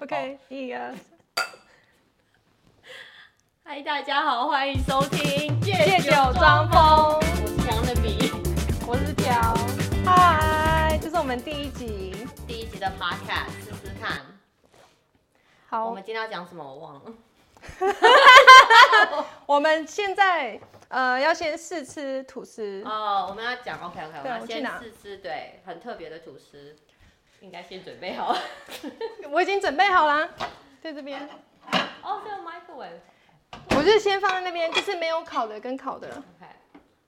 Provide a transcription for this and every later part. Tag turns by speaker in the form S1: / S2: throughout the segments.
S1: OK，一二
S2: 嗨，大家好，欢迎收听《
S1: 借酒装疯，
S2: 我是杨的比
S1: 我是飘。嗨，这是我们第一集。
S2: 第一集的 Podcast 试试看。我
S1: 好
S2: 们，今天要讲什么？我忘了。
S1: 我们现在呃要先试吃吐司，
S2: 哦，我们要讲 OK OK，我
S1: 嗯对
S2: 们要
S1: 我去
S2: 先
S1: 拿
S2: 试吃，对，很特别的吐司，应该先准备 好。
S1: 我已经准备好啦，在这边，
S2: 哦，这个 microwave。
S1: 我就先放在那边，就是没有烤的跟烤的了。
S2: OK，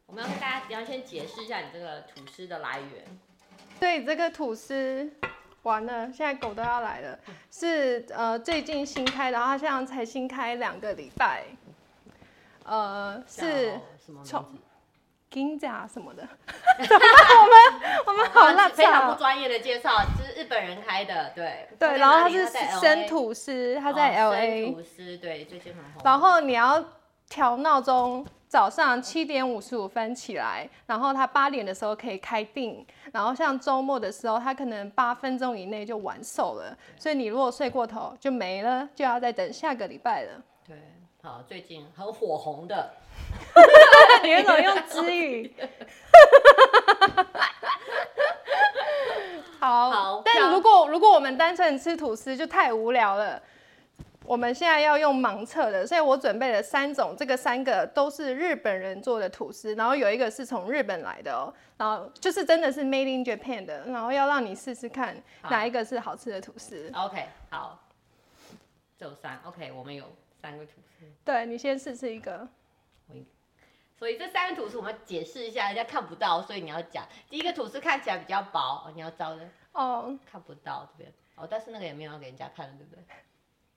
S2: 我们要跟大家，你要先解释一下你这个吐司的来源。
S1: 对，这个吐司完了，现在狗都要来了，是呃最近新开的，然后它现在才新开两个礼拜，呃是
S2: 叫什么名
S1: 从
S2: 字？
S1: 金甲什 么的，怎么办我们我们好烂
S2: 非常
S1: 惨
S2: 不
S1: 哦。
S2: 专业的介绍，这是日本人开的，对。
S1: 对，然后它
S2: 他
S1: 是生吐司，它在
S2: 哦
S1: L A，、
S2: 吐司，对，最近很红。
S1: 然后你要调闹钟，早上七点五十五分起来，然后它八点的时候可以开定，然后像周末的时候，它可能八分钟以内就完售了，所以你如果睡过头就没了，就要再等下个礼拜了。
S2: 对，好，最近很火红的，
S1: 你为什么用之语？ 好，
S2: 好
S1: 但如果如果我们单纯吃吐司就太无聊了。我们现在要用盲测的，所以我准备了三种，这个三个都是日本人做的吐司，然后有一个是从日本来的哦，然后就是真的是 made in Japan 的，然后要让你试试看
S2: 好
S1: 哪一个是好吃的吐司。
S2: OK，好，只有三，OK，我们有三个吐司，
S1: 对你先试吃一个，
S2: 所以这三个吐司我们要解释一下，人家看不到，所以你要讲。第一个吐司看起来比较薄，哦、你要招的
S1: 哦，
S2: 看不到这边，哦，但是那个也没有要给人家看的，对不对？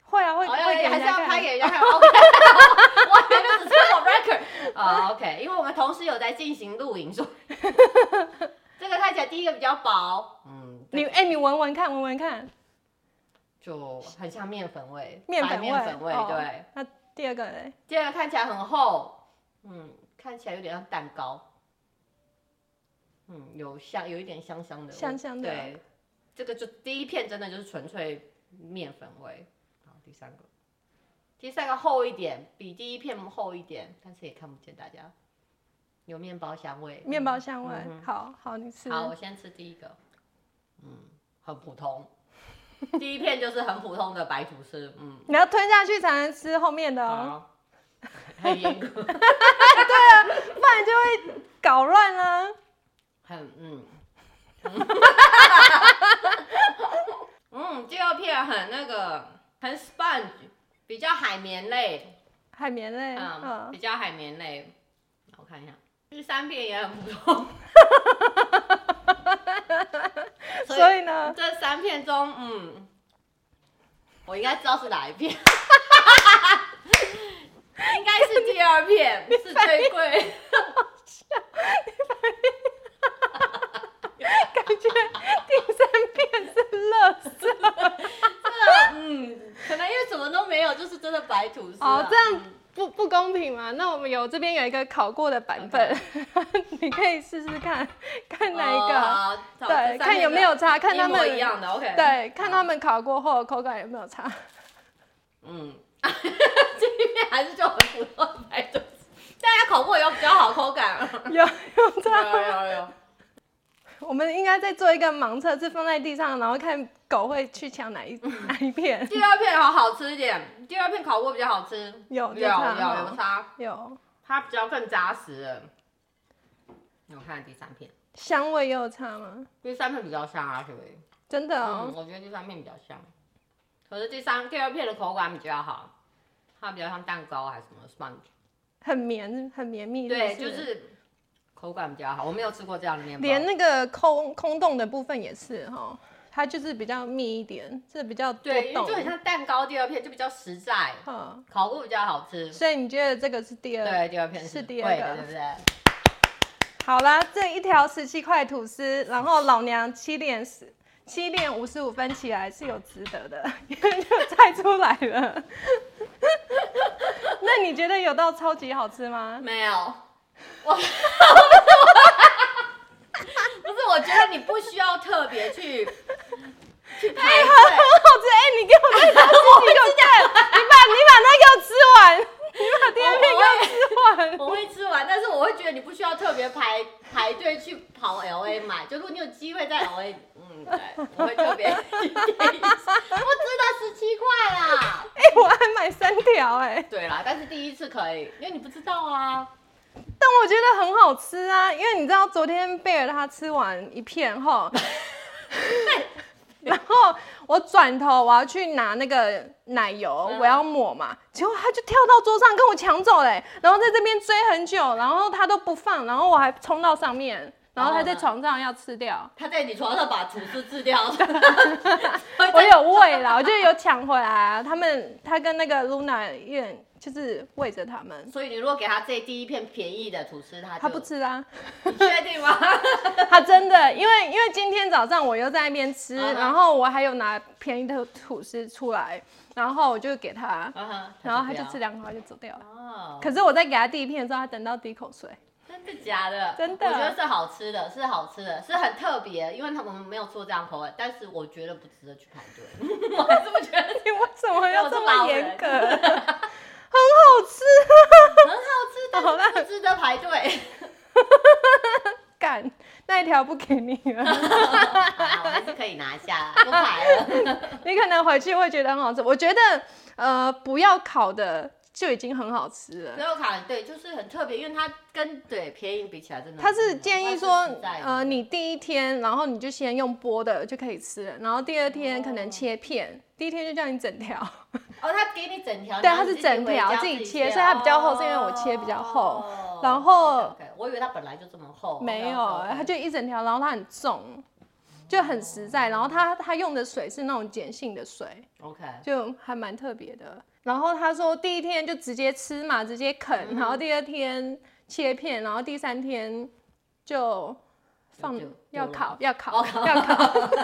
S1: 会啊会
S2: 哦，要
S1: 会给
S2: 还
S1: 人家
S2: 是要
S1: 看
S2: 拍给人家看。OK，我觉得只是我 record 啊、OK，因为我们同时有在进行录影，所以 这个看起来第一个比较薄，嗯，
S1: 你哎、你闻闻看，闻闻看，
S2: 就很像面粉味，
S1: 面
S2: 白
S1: 粉味，
S2: 面粉味，
S1: 哦
S2: 对。
S1: 那第二个嘞？
S2: 第二个看起来很厚，嗯，看起来有点像蛋糕，嗯，有香，有一点香香的味，
S1: 香香的
S2: 对，这个就第一片真的就是纯粹面粉味。好，第三个，第三个厚一点，比第一片厚一点，但是也看不见大家，有面包香味。
S1: 面包香味，
S2: 嗯
S1: 好好你吃。
S2: 好，我先吃第一个，嗯，很普通， 第一片就是很普通的白吐司，嗯，
S1: 你要吞下去才能吃后面的哦，
S2: 好，很严格。
S1: 不然就会搞乱啊啦、
S2: 很嗯， 嗯，第二片很那个，很 sponge，比较海绵类，
S1: 海绵类，
S2: 嗯，
S1: 嗯，
S2: 比较海绵类。我看一下，第三片也很不错。所以
S1: 所以 呢，
S2: 这三片中，嗯，我应该知道是哪一片，应该是第二片，是最贵。
S1: 感觉第三遍是乐色。
S2: 嗯，可能因为什么都没有，就是真的白吐司啊。
S1: 哦，这样不不公平嘛？那我们有这边有一个烤过的版本， 你可以试试看，看哪一个。
S2: 哦嗯好这
S1: 对，
S2: 三
S1: 看
S2: 片
S1: 有没有差，看
S2: 一
S1: 他
S2: 模
S1: 们
S2: 一样的，OK。
S1: 对，看他们烤过后的口感有没有差。
S2: 嗯， 这一片还是就很普通的白吐司，大家烤过有比较好口感啊。
S1: 有有
S2: 有
S1: 差吗
S2: 有有，
S1: 我们应该再做一个盲测，是放在地上，然后看狗会去抢哪一
S2: 嗯
S1: 哪一片。
S2: 第二片好好吃一点，第二片烤过比较好吃，
S1: 有
S2: 有有
S1: 有差哦
S2: 有差，
S1: 有
S2: 它比较更扎实了。我看第三片，
S1: 香味也有差吗？
S2: 第三片比较香啊，是不是？
S1: 真的
S2: 嗯，
S1: 哦，
S2: 我觉得第三片比较香，可是第三第二片的口感比较好，它比较像蛋糕还是什么 sponge。
S1: 很绵很绵密。
S2: 对，
S1: 不
S2: 就是口感比较好。我没有吃过这样的面包，
S1: 连那个空空洞的部分也是哈，它就是比较密一点，这比较多
S2: 对，因为
S1: 洞
S2: 就。很像蛋糕。第二片就比较实在，
S1: 嗯，
S2: 烤过比较好吃。
S1: 所以你觉得这个是第二？
S2: 对，第二片
S1: 是第
S2: 第
S1: 二
S2: 二
S1: 个
S2: 对不对？
S1: 好啦，这一条十七块吐司，然后老娘七点十。七点五十五分起来是有值得的，因为就猜出来了。那你觉得有到超级好吃吗？
S2: 没 有，我 不是我，不是我觉得你不需要特别去去排队。
S1: 好吃哎、你给我
S2: 嗯我会特别提点一下我知道十七块啦。
S1: 哎、我还买三条哎、
S2: 对啦，但是第一次可以，因为你不知道啊。
S1: 但我觉得很好吃啊，因为你知道昨天贝尔他吃完一片后，然后我转头我要去拿那个奶油，
S2: 嗯
S1: 我要抹嘛，结果他就跳到桌上跟我抢走嘞、然后在这边追很久，然后他都不放，然后我还冲到上面，然后他在
S2: 然后呢
S1: 床上要吃掉，
S2: 他在你床上把吐司治 掉，
S1: 我有喂了，我就有抢回来啊。他们他跟那个 Luna 一人就是喂着他们，
S2: 所以你如果给他这第一片便宜的吐司，他就
S1: 他不，吃啊。
S2: 你确定 吗？
S1: 他真的，因为因为今天早上我又在那边吃，
S2: 嗯哼
S1: 然后我还有拿便宜的吐司出来，然后我就给他，
S2: 啊
S1: 然后他就吃
S2: 掉。
S1: 两口就走掉了。
S2: 哦，
S1: 可是我在给他第一片的时候，他等到第一口水，
S2: 真的假的？
S1: 真的
S2: 我觉得是好吃的，是好吃的，是很特别，因为他们没有做这样口味，但是我觉得不值得去排队，我还是不觉得
S1: 你为什么要这么严 格？
S2: 因
S1: 很好吃，
S2: 很好吃，但
S1: 好啦
S2: 是不值得排 队。
S1: 干那一条不给你了，
S2: 啊我还是可以拿下，不排了。
S1: 你可能回去会觉得很好吃。我觉得呃，不要烤的就已经很好吃了
S2: 没。有卡，对，就是很特别，因为它跟对便宜比起来真的很
S1: 他
S2: 实在。
S1: 是建议说
S2: 它嗯是实在，的
S1: 呃，你第一天，然后你就先用剥的就可以吃了，然后第二天可能切片，第一天就叫你整条，
S2: 哦，它给你整条，
S1: 对
S2: 然后
S1: 它是
S2: 你自己
S1: 整条
S2: 回家
S1: 自己切
S2: 切，
S1: 所以它比较厚
S2: 哦
S1: 是因为我切比较厚
S2: 哦
S1: 然后
S2: OK，OK，我以为它本来就这么厚，
S1: 没
S2: OK，OK，OK
S1: 有，它就一整条，然后它很重，就很实在，然后它它用的水是那种碱性的水，
S2: OK，
S1: 就还蛮特别的。然后他说第一天就直接吃嘛，直接
S2: 嗯
S1: 啃，然后第二天切片，然后第三天就放
S2: 就丢哦
S1: 要
S2: 了
S1: 烤要烤要烤。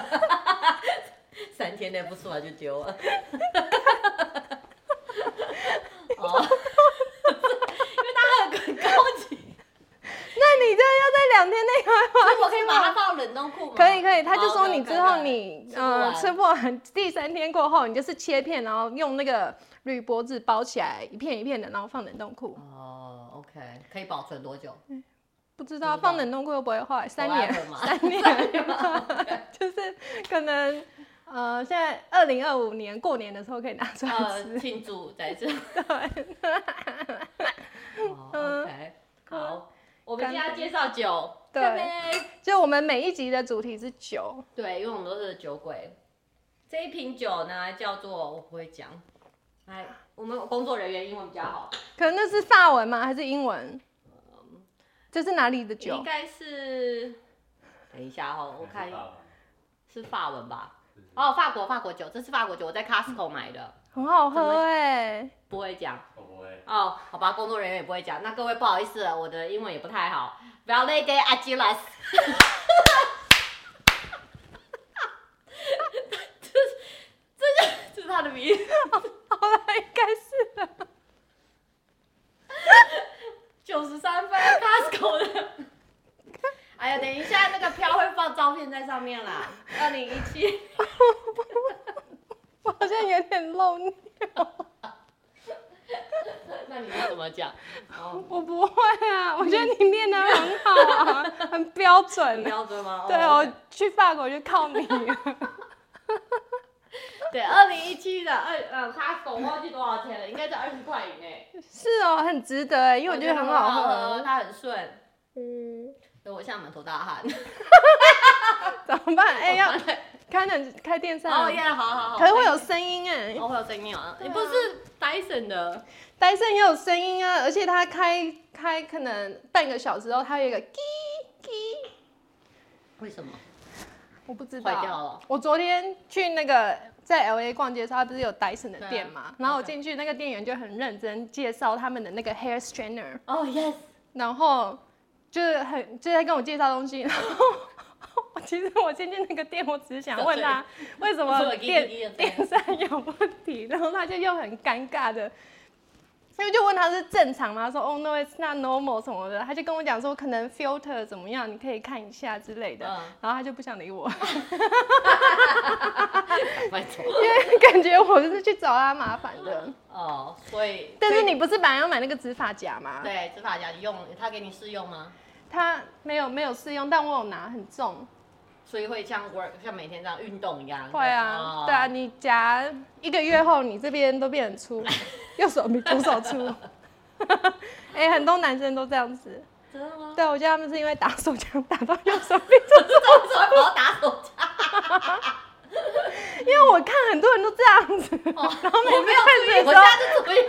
S2: 三天内不吃完就丢 了。哦，因为它很高级，
S1: 那你这要在两天内 烤
S2: 所以我可以把它放冷冻库吗？
S1: 可以可以，他就
S2: 哦
S1: 说
S2: ，OK，OK，
S1: 你之后
S2: OK
S1: 你
S2: 吃不
S1: 呃
S2: 完
S1: 吃不完，第三天过后你就是切片，然后用那个铝箔纸包起来，一片一片的，然后放冷冻库。
S2: 哦，OK，可以保存多久？
S1: 不知道
S2: 不知道
S1: 放冷冻库会不会坏？三年，
S2: Forever 吗
S1: 三年， 就是可能呃现在二零二五年过年的时候可以拿出来
S2: 呃，
S1: 吃。
S2: 庆祝在这。 哦，OK，好，我们今天要介绍酒，
S1: 对
S2: 干杯
S1: 就我们每一集的主题是酒，
S2: 对，因为我们都是酒鬼。这一瓶酒呢，叫做我不会讲，哎，我们工作人员英文比较好，
S1: 可能那是法文吗？还是英文？这是哪里的
S2: 应
S1: 酒？
S2: 该是，等一下哈、哦，我看
S3: 到
S2: 是法文吧？哦，法国法国酒，这是法国酒，我在 Costco 买的，
S1: 很好喝哎、
S2: 不会讲。
S3: 会不会？
S2: 哦，好吧，工作人员也不会讲。那各位不好意思了，我的英文也不太好。v a l e d e a g i l a s 这这这是他的名字，
S1: 好了，应该是了。
S2: 九十三分 Costco 的。哎呀，等一下那个票会放照片在上面啦。二零一七，
S1: 我好像有点漏尿，
S2: 那你们怎么讲？哦，
S1: 我不会啊，我觉得你念得很好啊，很标
S2: 很
S1: 准、啊。
S2: 标准吗？
S1: 对，
S2: 哦
S1: 我去法国就靠你了。
S2: 对，二零一七的二呃 Costco 我忘记多少钱了，应该在二十块以内。
S1: 是哦，很值得欸，因为我觉得很好喝。
S2: 它很顺。
S1: 嗯，
S2: 对，我现在满头大汗。
S1: 怎么办？ 哎、要开冷开电扇啊，
S2: 哦耶，好好好。
S1: 可是会有声音哎、
S2: 哦，会有声音啊！
S1: 对啊
S2: 你不是 Dyson 的，
S1: 戴森也有声音啊，而且它开开可能半个小时后，它有一个滴滴，
S2: 为什么？
S1: 我不知道。
S2: 坏掉了。
S1: 我昨天去那个在 L A 逛街的时候，它不是有 Dyson 的店嘛？
S2: 对啊
S1: 然后我
S2: OK
S1: 进去，那个店员就很认真介绍他们的那个 hair straightener，
S2: 哦，yes，
S1: 然后就是很就在跟我介绍东西，然后 我其实我进去那个店，我只是想问 他为什
S2: 为什
S1: 么
S2: 么滴滴的
S1: 电
S2: 声
S1: 电
S2: 音
S1: 扇有问题，然后他就又很尴尬的。因为就问他是正常吗？他说 Oh no, it's not normal 什么的，他就跟我讲说可能 filter 怎么样，你可以看一下之类的。
S2: 嗯
S1: 然后他就不想理我。
S2: 快走。
S1: 因为感觉我是去找他麻烦的。
S2: 哦，所以，
S1: 但是你不是本来要买那个指发夹吗？
S2: 对，这发夹你用，他给你试用吗？
S1: 他没有没有试用，但我有拿，很重。
S2: 所以会像 work 像每天这样运动一样。
S1: 会啊
S2: 哦，
S1: 对啊，你夹一个月后，你这边都变很粗， 右手比左手粗。 哎、很多男生都这样子。
S2: 真的吗？
S1: 对，我觉得他们是因为打手枪打到右手变 左手，
S2: 这为什么不要打手枪？
S1: 因为我看很多人都这样子，然后每
S2: 哦
S1: 次
S2: 我没有
S1: 看
S2: 注意，我
S1: 着的时候
S2: 现在就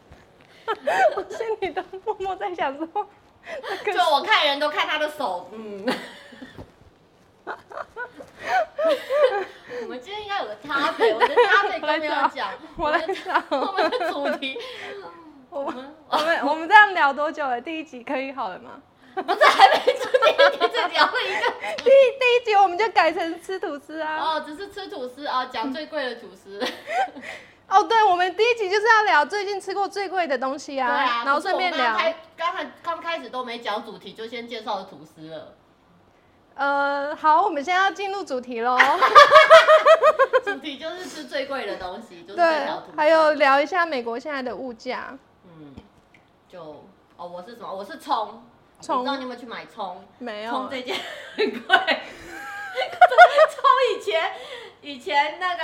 S2: 注意。
S1: 我心里都默默在想说，这
S2: 就
S1: 个
S2: 我看人都看他的手，嗯。 我们今天应该有个搭配，我的搭配都没有讲，
S1: 我来想，
S2: 我们的主题，
S1: 我
S2: 我
S1: 们
S2: 们
S1: 我们我们这样聊多久了？第一集可以好了吗？
S2: 不是还没主题，你只聊了一个
S1: 第第一集我们就改成吃吐司啊。
S2: 哦，只是吃吐司哦，讲最贵的吐 司，
S1: 哦，对，我们第一集就是要聊最近吃过最贵的东西
S2: 对
S1: 啊，
S2: 啊，
S1: 然后顺便
S2: 不错我
S1: 聊
S2: 们刚。开刚才刚开始都没讲主题，就先介绍了吐司了，
S1: 呃，好，我们现在要进入主题 喽。
S2: 主题就是吃最贵的东西，就是这
S1: 对
S2: 条吐，司，
S1: 还有聊一下美国现在的物价。
S2: 嗯，就哦，我是什么？我是葱，
S1: 葱
S2: 我不知道你有没有去买葱？
S1: 没有
S2: 葱
S1: 啊，
S2: 这件很贵，葱以前以前那个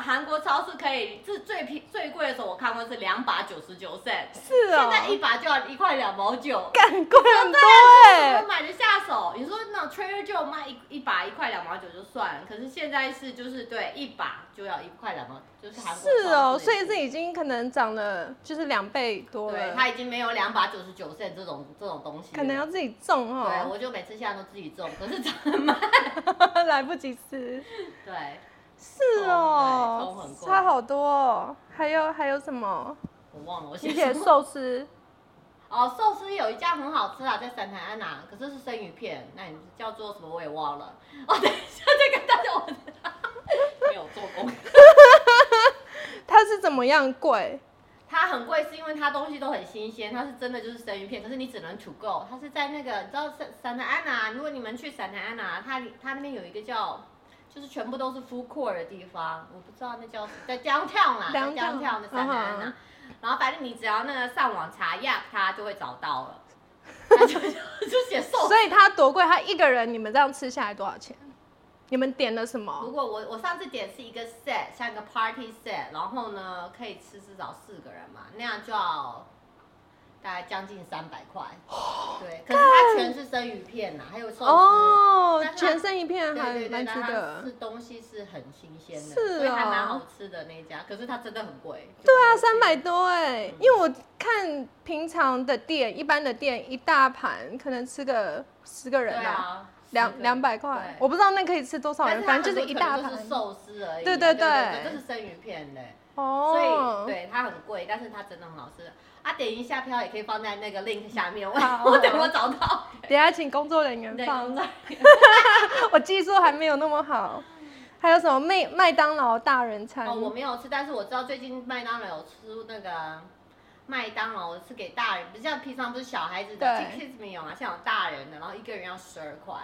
S2: 韩国超市可以，是最平最贵的时候，我看过是两把九十九 cent，
S1: 是哦
S2: 现，在一把就要一块两毛九。
S1: 干贵很多哎、
S2: 我买得下手，你说那种 Trader Joe 卖一一把一块两毛九就算了，可是现在是就是对一把就要一块两毛，就是韩国
S1: 是哦，
S2: 超市
S1: 所以是已经可能涨了，就是两倍多
S2: 对，
S1: 了，
S2: 它已经没有两把九十九 cent 这种这种东西了，
S1: 可能要自己种
S2: 对，
S1: 哦，
S2: 我就每次现在都自己种，可是 长得慢。
S1: 来不及吃。
S2: 对，
S1: 是
S2: 葱对葱
S1: 哦
S2: 很，贵
S1: 差好多、哦。还有还有什 么？
S2: 我忘了，我
S1: 你
S2: 写
S1: 写
S2: 什么
S1: 寿司，
S2: 哦，寿司有一家很好吃啊，在三台安娜，可是是生鱼片，那你叫做什么我也忘了。哦，等一下再跟大家我没有做功课。
S1: 它是怎么样贵？
S2: 它很贵是因为它东西都很新鲜，它是真的就是生鱼片，可是你只能储够。它是在那个你知道散散台安娜，如果你们去散台安娜，它它那边有一个叫。就是全部都是 food court 的地方，我不知道那叫什么，在 downtown 啦， 在
S1: Downtown
S2: downtown 的散台安娜。
S1: 嗯
S2: 然后反正你只要那个上网查 y a p 它就会找到了。它就 就写寿司
S1: 所以它多贵？它一个人你们这样吃下来多少钱？你们点了什
S2: 如
S1: 么？
S2: 果我我上次点是一个 set，像一个 party set，然后呢可以吃至少四个人嘛，那样就要大概将近三百块。对，可是它全是生鱼片呐、还有寿司。
S1: 哦
S2: 但，是它
S1: 全身一片
S2: 对
S1: 还
S2: 对对，
S1: 蛮值
S2: 但它
S1: 得
S2: 吃。东西是很新鲜的，
S1: 是
S2: 所以还
S1: 哦
S2: 蛮好吃的那一家。可是它真的很贵。
S1: 对啊，
S2: 就不
S1: 三
S2: 能
S1: 百多哎、
S2: 嗯
S1: 因为我看平常的店，一般的店一大盘可能吃个十个人
S2: 对
S1: 啊，
S2: 啊，十
S1: 两
S2: 个
S1: 两百块
S2: 对，
S1: 我不知道那可以吃多少
S2: 但
S1: 人，
S2: 是它
S1: 反正就是
S2: 很
S1: 一
S2: 多可
S1: 大
S2: 能
S1: 盘
S2: 就是寿司而已啊。
S1: 对对
S2: 对对，
S1: 对
S2: 这是生鱼片嘞。
S1: 哦
S2: 所以。对它很贵，但是它真的很好吃。啊，点一下票也可以放在那个 link 下面，我
S1: 好
S2: 我等我找到。
S1: 等一下请工作人员
S2: 对，哦
S1: 放
S2: 放，在
S1: 我技术还没有那么好。还有什么麦麦当劳大人餐？
S2: 哦，我没有吃，但是我知道最近麦当劳有出那个麦当劳是给大人，不像平常不是小孩子的
S1: 对
S2: Kids Me 有嘛，啊像有大人的，然后一个人要十二块。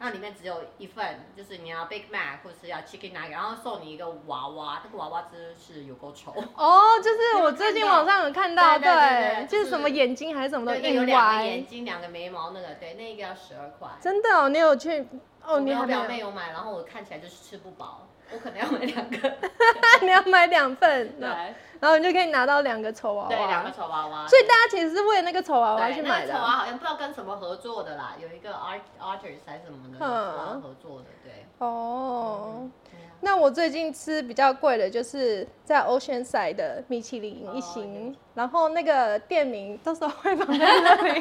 S2: 那里面只有一份，就是你要 Big Mac 或是要 Chicken Nugget，然后送你一个娃娃，那个娃娃真的是有够丑，
S1: 哦，就是
S2: 有
S1: 我最近
S2: 看到
S1: 网上有看到，
S2: 对对对对
S1: 就是
S2: 就是
S1: 什么眼睛还是什么都
S2: 对，有
S1: 硬
S2: 两个眼
S1: 歪，
S2: 睛、两个眉毛那个，对，那一个要十二块。
S1: 真的哦，你有去？哦，
S2: 我
S1: 你
S2: 没有
S1: 还没有
S2: 表，妹有买，然后我看起来就是吃不饱，我可能要买两个，
S1: 你要买两份， 然
S2: 对，
S1: 后你就可以拿到两个丑娃
S2: 对，两
S1: 娃
S2: 个。丑娃娃，
S1: 所以大家其实是为了那个丑娃娃
S2: 对
S1: 去
S2: 那个
S1: 买的啊
S2: 丑娃，娃好像不知道跟什么合作的啦，有一个 art artist 还是什么的，
S1: 嗯
S2: 然后合作的，对，
S1: 哦。
S2: 对啊
S1: 那我最近吃比较贵的就是在 Oceanside 的米其林一
S2: 哦
S1: 星，然后那个店名到时候会放在那 里。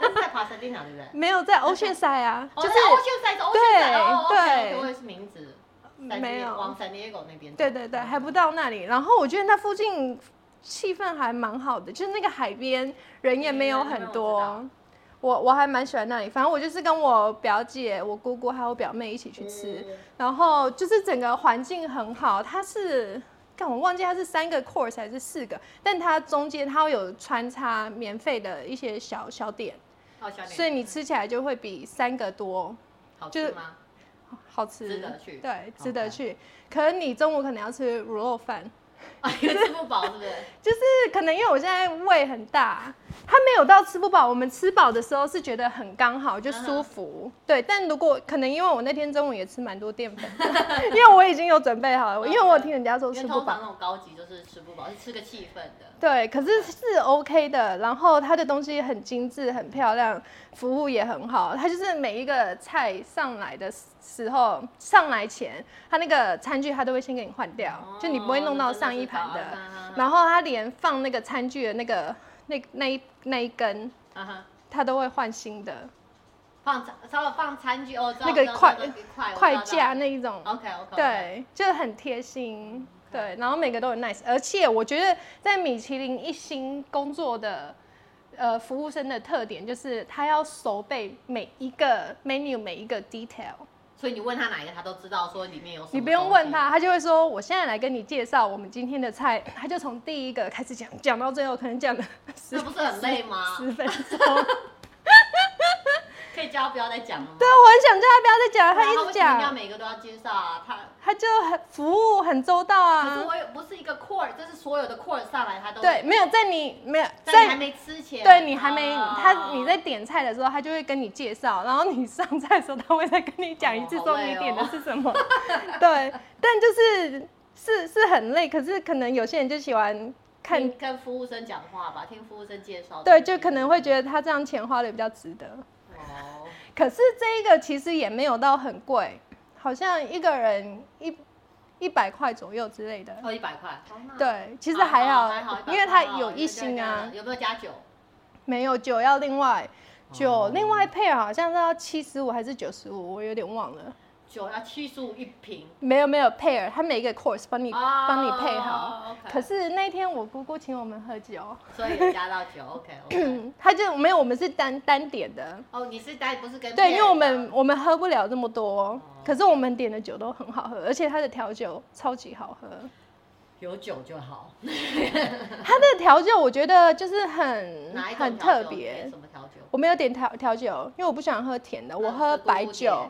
S2: 那是在爬山定场对不对？
S1: 没有在 Oceanside 啊，
S2: 哦
S1: 就是
S2: 在 Ocean Side，哦，Ocean Side，哦
S1: 对
S2: ，OK，OK，我也是名字，San
S1: 没
S2: Diego- 往
S1: 有，
S2: San Diego 那边走，
S1: 对对对，还不到那里。然后我觉得那附近气氛还蛮好的，就是那个海边人也没有很
S2: 嗯
S1: 多。我我还蛮喜欢那里，反正我就是跟我表姐、我姑姑还有我表妹一起去吃，
S2: 嗯
S1: 然后就是整个环境很好，它是。但我忘记它是三个 course 还是四个，但它中间它会有穿插免费的一些小小点，
S2: 好小
S1: 所以你吃起来就会比三个多
S2: 好
S1: 就
S2: 吃
S1: 是
S2: 吗？
S1: 好吃，
S2: 值得去
S1: 对，
S2: 好
S1: 值得
S2: 看
S1: 去。可是你中午可能要吃卤肉饭，
S2: 哎啊，因为吃不饱是不是？
S1: 就是可能因为我现在胃很大，它没有到吃不饱，我们吃饱的时候是觉得很刚好，就舒服。
S2: 嗯
S1: 对，但如果可能，因为我那天中午也吃蛮多淀粉的， 因为我已经有准备好了，因为我有听人家说
S2: 嗯因
S1: 吃
S2: 为
S1: 不
S2: 通常
S1: 饱。
S2: 那种高级就是吃不饱，是吃个气氛的。
S1: 对，可是是 OK 的，然后它的东西很精致、很漂亮，服务也很好。它就是每一个菜上来的时候，上来前，它那个餐具它都会先给你换掉，
S2: 哦
S1: 就你不会弄到上一盘的。
S2: 的
S1: 然后它连放那个餐具的那个那那一那一根，它都会换新的
S2: 放餐，稍微放餐具哦，知道
S1: 那个
S2: 哎知道哦
S1: 筷
S2: 那个筷
S1: 筷架那一种，
S2: OK OK，，
S1: 对，就是很贴心。对，然后每个都很 nice，而且我觉得在米其林一星工作的呃服务生的特点就是他要熟背每一个 menu 每一个 detail，
S2: 所以你问他哪一个，他都知道说里面有什么。
S1: 你不用问，他，他就会说我现在来跟你介绍我们今天的菜，他就从第一个开始讲，讲到最后可能讲了十
S2: 这不是很累吗？
S1: 十分钟。
S2: 可以叫他不要再讲了吗？
S1: 对，我很想叫他不要再讲了，
S2: 对
S1: 他
S2: 啊，
S1: 一
S2: 为
S1: 直
S2: 什么一定要
S1: 讲，
S2: 每个都要介绍啊？他
S1: 他就很服务很周到
S2: 可是
S1: 啊。
S2: 我有不是一个 core，这是所有的 core 上来他都
S1: 对，，没有在你没有
S2: 在你还没吃前，
S1: 对你还没
S2: 哦
S1: 他你在点菜的时候，他就会跟你介绍，然后你上菜的时候，他会再跟你讲一次
S2: 哦好
S1: 说
S2: 累
S1: 你
S2: 哦
S1: 点的是什么。 对，但就是是是很累，可是可能有些人就喜欢看
S2: 听，跟服务生讲话吧，听服务生介绍。
S1: 对，就可能会觉得他这样钱花的比较值得。
S2: 哦，
S1: 可是这一个其实也没有到很贵，好像一个人一一百块左右之类的。
S2: 哦一百块，哦那
S1: 对，其实还
S2: 好
S1: 好，
S2: 还好，
S1: 因为它
S2: 100块
S1: 有一星啊，
S2: 有没有加酒？
S1: 没有酒要另外酒，另外配好像是要七十五还是九十五，我有点忘了。
S2: 酒要七十五一瓶，
S1: 没有没有 pair，他每一个 course 帮你、
S2: 哦
S1: 帮你配好。
S2: OK
S1: 可是那天我姑姑请我们喝酒，
S2: 所以有加到酒，OK OK。
S1: 嗯，她就没有我们是单单点的，
S2: 哦，你是单不是跟
S1: 对，因
S2: 别
S1: 为
S2: 人
S1: 我
S2: 的
S1: 们我们喝不了这么多，可是我们点的酒都很好喝，而且它的调酒超级好 喝。
S2: 有酒就好，
S1: 它的调酒我觉得就是很
S2: 哪一
S1: 嗯
S2: 种
S1: 很
S2: 调酒
S1: 特别
S2: 点，什么调酒？
S1: 我没有点调调酒，因为我不喜欢喝甜的，我
S2: 那
S1: 喝
S2: 是姑姑
S1: 白
S2: 点
S1: 酒。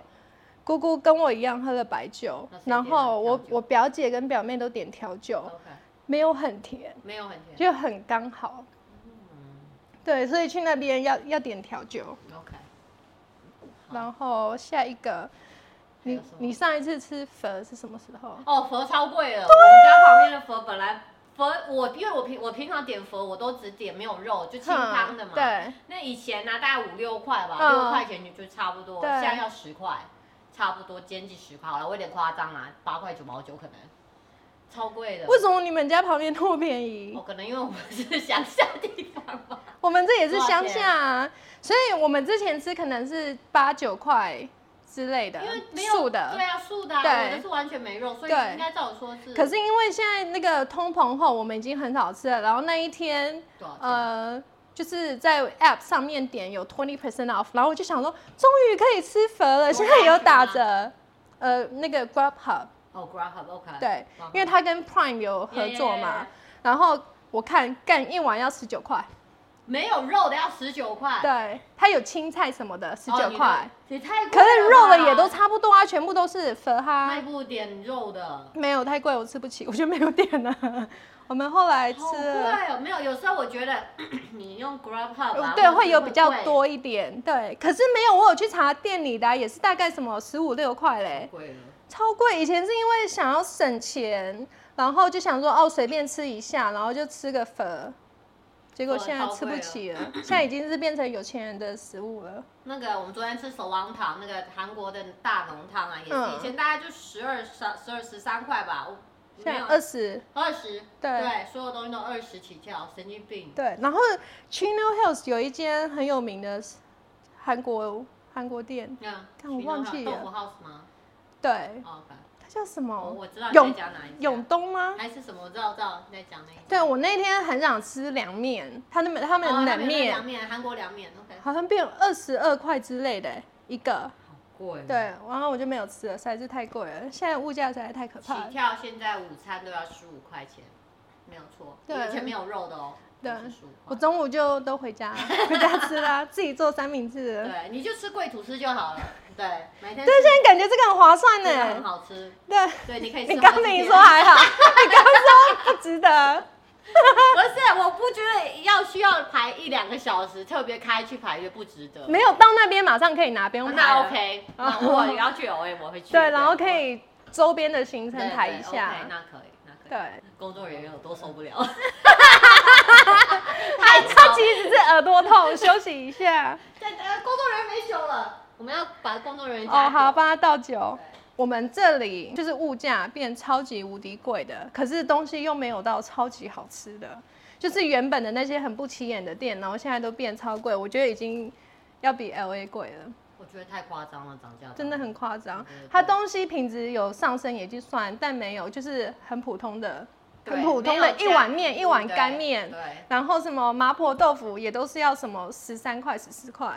S1: 姑姑跟我一样喝了白酒
S2: 那谁，点
S1: 然
S2: 的
S1: 后我
S2: 调酒
S1: 我表姐跟表妹都点调酒，
S2: OK，
S1: 没有很甜，
S2: 没有很
S1: 就
S2: 甜。
S1: 很刚好。对，所以去那边要要点调酒。
S2: OK，
S1: 然后下一个，
S2: 还
S1: 你
S2: 有什么
S1: 你啊上一次吃粉是什么时候？
S2: 哦，佛超贵了，我们家旁边的佛本来佛我因为我平我平常点佛我都只点没有肉就清汤的嘛
S1: 哼，对，
S2: 那以前呢、大概五六块吧，
S1: 嗯
S2: 六块钱就就差不多，
S1: 对
S2: 现在要十块，差不多接近十块。好了，我有点夸张啦，八块九毛九可能，超贵的。
S1: 为什么你们家旁边那么便宜
S2: 哦，？可能因为我们是乡下地方吧。
S1: 我们这也是
S2: 多少
S1: 乡
S2: 钱
S1: 下、啊，所以我们之前吃可能是八九块之类的，
S2: 因为没有
S1: 素的
S2: 对。啊，素的、啊，
S1: 对
S2: 我的是完全没肉，所以
S1: 对
S2: 应该照理说是。
S1: 可是因为现在那个通膨后，我们已经很少吃了。然后那一天
S2: 多少钱？
S1: 呃，就是在 App 上面点有 twenty percent off，然后我就想说，终于可以吃粉
S2: 哦
S1: 了，现在有打折。呃，那个 Grubhub
S2: 哦，Grubhub OK。
S1: 对，
S2: Grubhub
S1: 因为它跟 Prime 有合作嘛然后我看干一碗要十九块，
S2: 没有肉的要十九块，
S1: 对，它有青菜什么的十
S2: 啊哦
S1: 九块，，
S2: 你的也太贵
S1: 可
S2: 了吧。
S1: 是肉的也都差不多啊，全部都是粉
S2: 那
S1: 哈
S2: 一，部点肉的，
S1: 没有太贵，我吃不起，我就没有点了。 我们后来吃
S2: 好
S1: 了。
S2: 贵哦。没有，有时候我觉得 你用 Grubhub 啊
S1: 嗯对，
S2: 或者
S1: 会
S2: 是
S1: 有比较
S2: 贵
S1: 多一点，对。可是没有，我有去查店里的啊、也是大概什么十五六块嘞，
S2: 贵了。
S1: 超贵。以前是因为想要省钱，然后就想说哦随便吃一下，然后就吃个粉，结果
S2: 粉
S1: 现在
S2: 超
S1: 吃不
S2: 贵
S1: 起 了，现在已经是变成有钱人的食物了。
S2: 那个我们昨天吃手王汤，那个韩国的大浓汤啊，也是、
S1: 嗯
S2: 以前大概就十二三、十二十三块吧，我
S1: 现在
S2: 没有
S1: 二十，
S2: 二十，
S1: 对
S2: 所有东西都二十起跳，神经病。
S1: 对。然后 Chino Hills 有一间很有名的韩国韩国店，
S2: 嗯，
S1: 看我忘记了
S2: 豆腐 house 吗
S1: 对，
S2: 哦？OK，
S1: 它叫什
S2: 我
S1: 么？
S2: 我知道你
S1: 永
S2: 在讲哪一
S1: 永
S2: 家，
S1: 东吗？
S2: 还是什么？我知道，知道你在讲哪一家。
S1: 对我那天很想吃凉面，他们他们冷
S2: 哦有那
S1: 面、
S2: 凉面，韩国凉面，OK，
S1: 好像变二十二块之类的一个，
S2: 贵
S1: 对，，然后我就没有吃了，实在是太贵了，现在物价实在太可怕
S2: 起
S1: 了。
S2: 跳现在午餐都要十五块钱，没有错，
S1: 对
S2: 以前没有肉的哦，
S1: 对
S2: 十五
S1: 我
S2: 块。
S1: 中午就都回 家回家吃啦、自己做三明治了。
S2: 对，你就吃贵吐司就 好了，对，每天
S1: 对，
S2: 吃
S1: 现在感觉这个很划算
S2: 真的很
S1: 呢。
S2: 好吃。
S1: 对，
S2: 对，你可以吃
S1: 你
S2: 好
S1: 刚啊
S2: 几天。
S1: 你说还好，你刚说不值得，
S2: 不是，我不觉得要需要排一两个小时，特别开去排也不值得。哦
S1: 没有到那边马上可以拿，不用排
S2: 那
S1: 了
S2: 啊 OK，那我要去 O M 我会去。
S1: 对，然后可以周边的行程
S2: 对对
S1: 排一下。
S2: OK，那可以，那可以。
S1: 对，
S2: 工作人员有多受 不了，
S1: 他他其实是耳朵痛，休息一下。
S2: 对，呃，工作人员没休了，我们要把工作人员加
S1: 哦，好，
S2: 吧。
S1: 八到九。我们这里就是物价变超级无敌贵的，可是东西又没有到超级好吃的，就是原本的那些很不起眼的店，然后现在都变超贵，我觉得已经要比 L A 贵了，
S2: 我觉得太夸张了，涨价
S1: 真的很夸张
S2: 对对。
S1: 它东西品质有上升也就算，但没有就是很普通的，很普通的一碗面、一碗干面，
S2: 对，
S1: 然后什么麻婆豆腐也都是要什么十三块、十四块。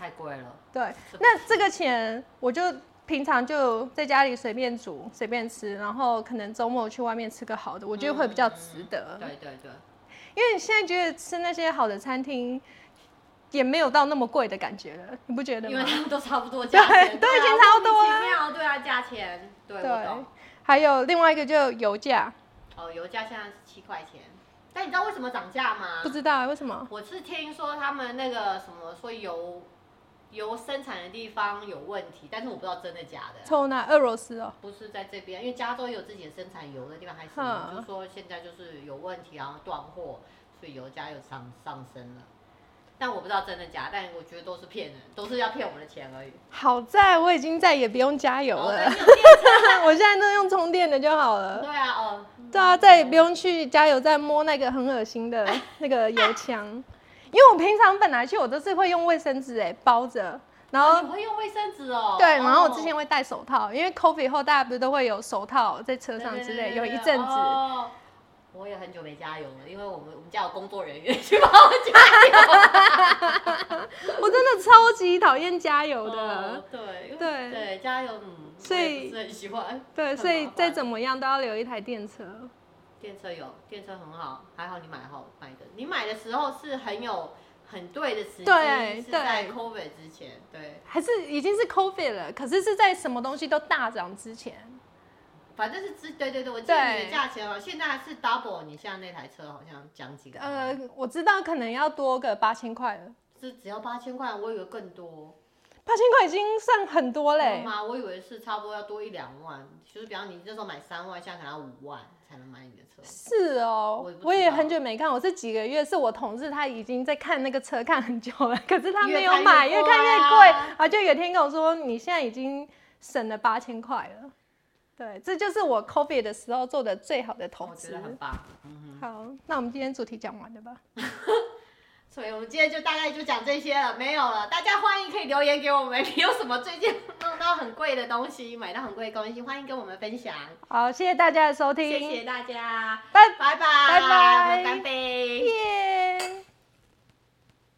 S2: 太贵了。
S1: 对，那这个钱我就平常就在家里随便煮、随便吃，然后可能周末去外面吃个好的，我觉得会比较值得。
S2: 嗯对对对，
S1: 因为你现在觉得吃那些好的餐厅也没有到那么贵的感觉了，你不觉得
S2: 因为
S1: 吗？
S2: 他们都差 不多价钱，
S1: 对都已经
S2: 啊
S1: 差不多了
S2: 莫名其妙，对啊，价钱，对，我懂。
S1: 还有另外一个就油价，
S2: 哦，油价现在是七块钱，但你知道为什么涨价吗
S1: 不？知道为什么
S2: 我是听说他们那个什么说油油生产的地方有问题，但是我不知道真的假的。
S1: 从那俄罗斯哦，
S2: 不是在这边，因为加州有自己的生产油的地方，还是
S1: 哼
S2: 就说现在就是有问题，然后断货，所以油价又上上升了。但我不知道真的假，但我觉得都是骗人，都是要骗我们的钱而已。
S1: 好在我已经再也不用加油
S2: 哦
S1: 了，
S2: 对你有电 车
S1: 我现在都用充电的就好了。
S2: 对啊，哦，
S1: 对啊，再也不用去加油站摸那个很恶心 的那个油枪，因为我平常本来去我都是会用卫生纸哎、包着，然
S2: 哦
S1: 后
S2: 你会用卫生纸哦。
S1: 对，然后我之
S2: 哦
S1: 前会戴手套，因为 COVID 后大家不是都会有手套在车上之类，有一阵子。
S2: 哦我也很久没加油了，因为我们我们家有工作人员 去帮我加油。
S1: 我真的超级讨厌加油的
S2: 哦，对因为
S1: 对
S2: 对，加油，嗯，
S1: 所以
S2: 我也不是很喜欢。
S1: 对，
S2: 很
S1: 所以
S2: 麻烦
S1: 再怎么样都要留一台电车。
S2: 电车有电车很好，还好你买好买的，你买的时候是很有很对的时机，
S1: 对
S2: 是在
S1: 对
S2: COVID 之前，对，
S1: 还是已经是 COVID 了，可是是在什么东西都大涨之前，
S2: 反正是之对对对，我记得你
S1: 对
S2: 的价钱好像现在是 double，你现在那台车好像将近，
S1: 呃
S2: 呃，，
S1: 我知道可能要多个八千块了，
S2: 是只要八千块，我以为更多。
S1: 八千块已经算很多嘞、
S2: 对吗？我以为是差不多要多一两万，就是比方你那时候买三万，现在可能要五万才能买你的车。
S1: 是哦
S2: 我也，不
S1: 我
S2: 知
S1: 也
S2: 道
S1: 很久没看，我是几个月，是我同事他已经在看那个车看很久了，可是他没有买，
S2: 越
S1: 越
S2: 看
S1: 看
S2: 越
S1: 越
S2: 贵
S1: 贵
S2: 啊
S1: 啊！就有一天跟我说，你现在已经省了八千块了。对，这就是我 COVID 的时候做的最好的投
S2: 哦我觉
S1: 资
S2: 得。很棒，嗯
S1: 好，那我们今天主题讲完了吧？
S2: 哼。所以我们今天就大概就讲这些了，没有了。大家欢迎可以留言给我们， 你有什么最近弄到很贵的东西，买到很贵的东西，欢迎跟我们分享。
S1: 好，谢谢大家的收听，
S2: 谢谢大家，
S1: 拜
S2: 拜拜，
S1: 拜拜
S2: 干杯。
S1: 耶。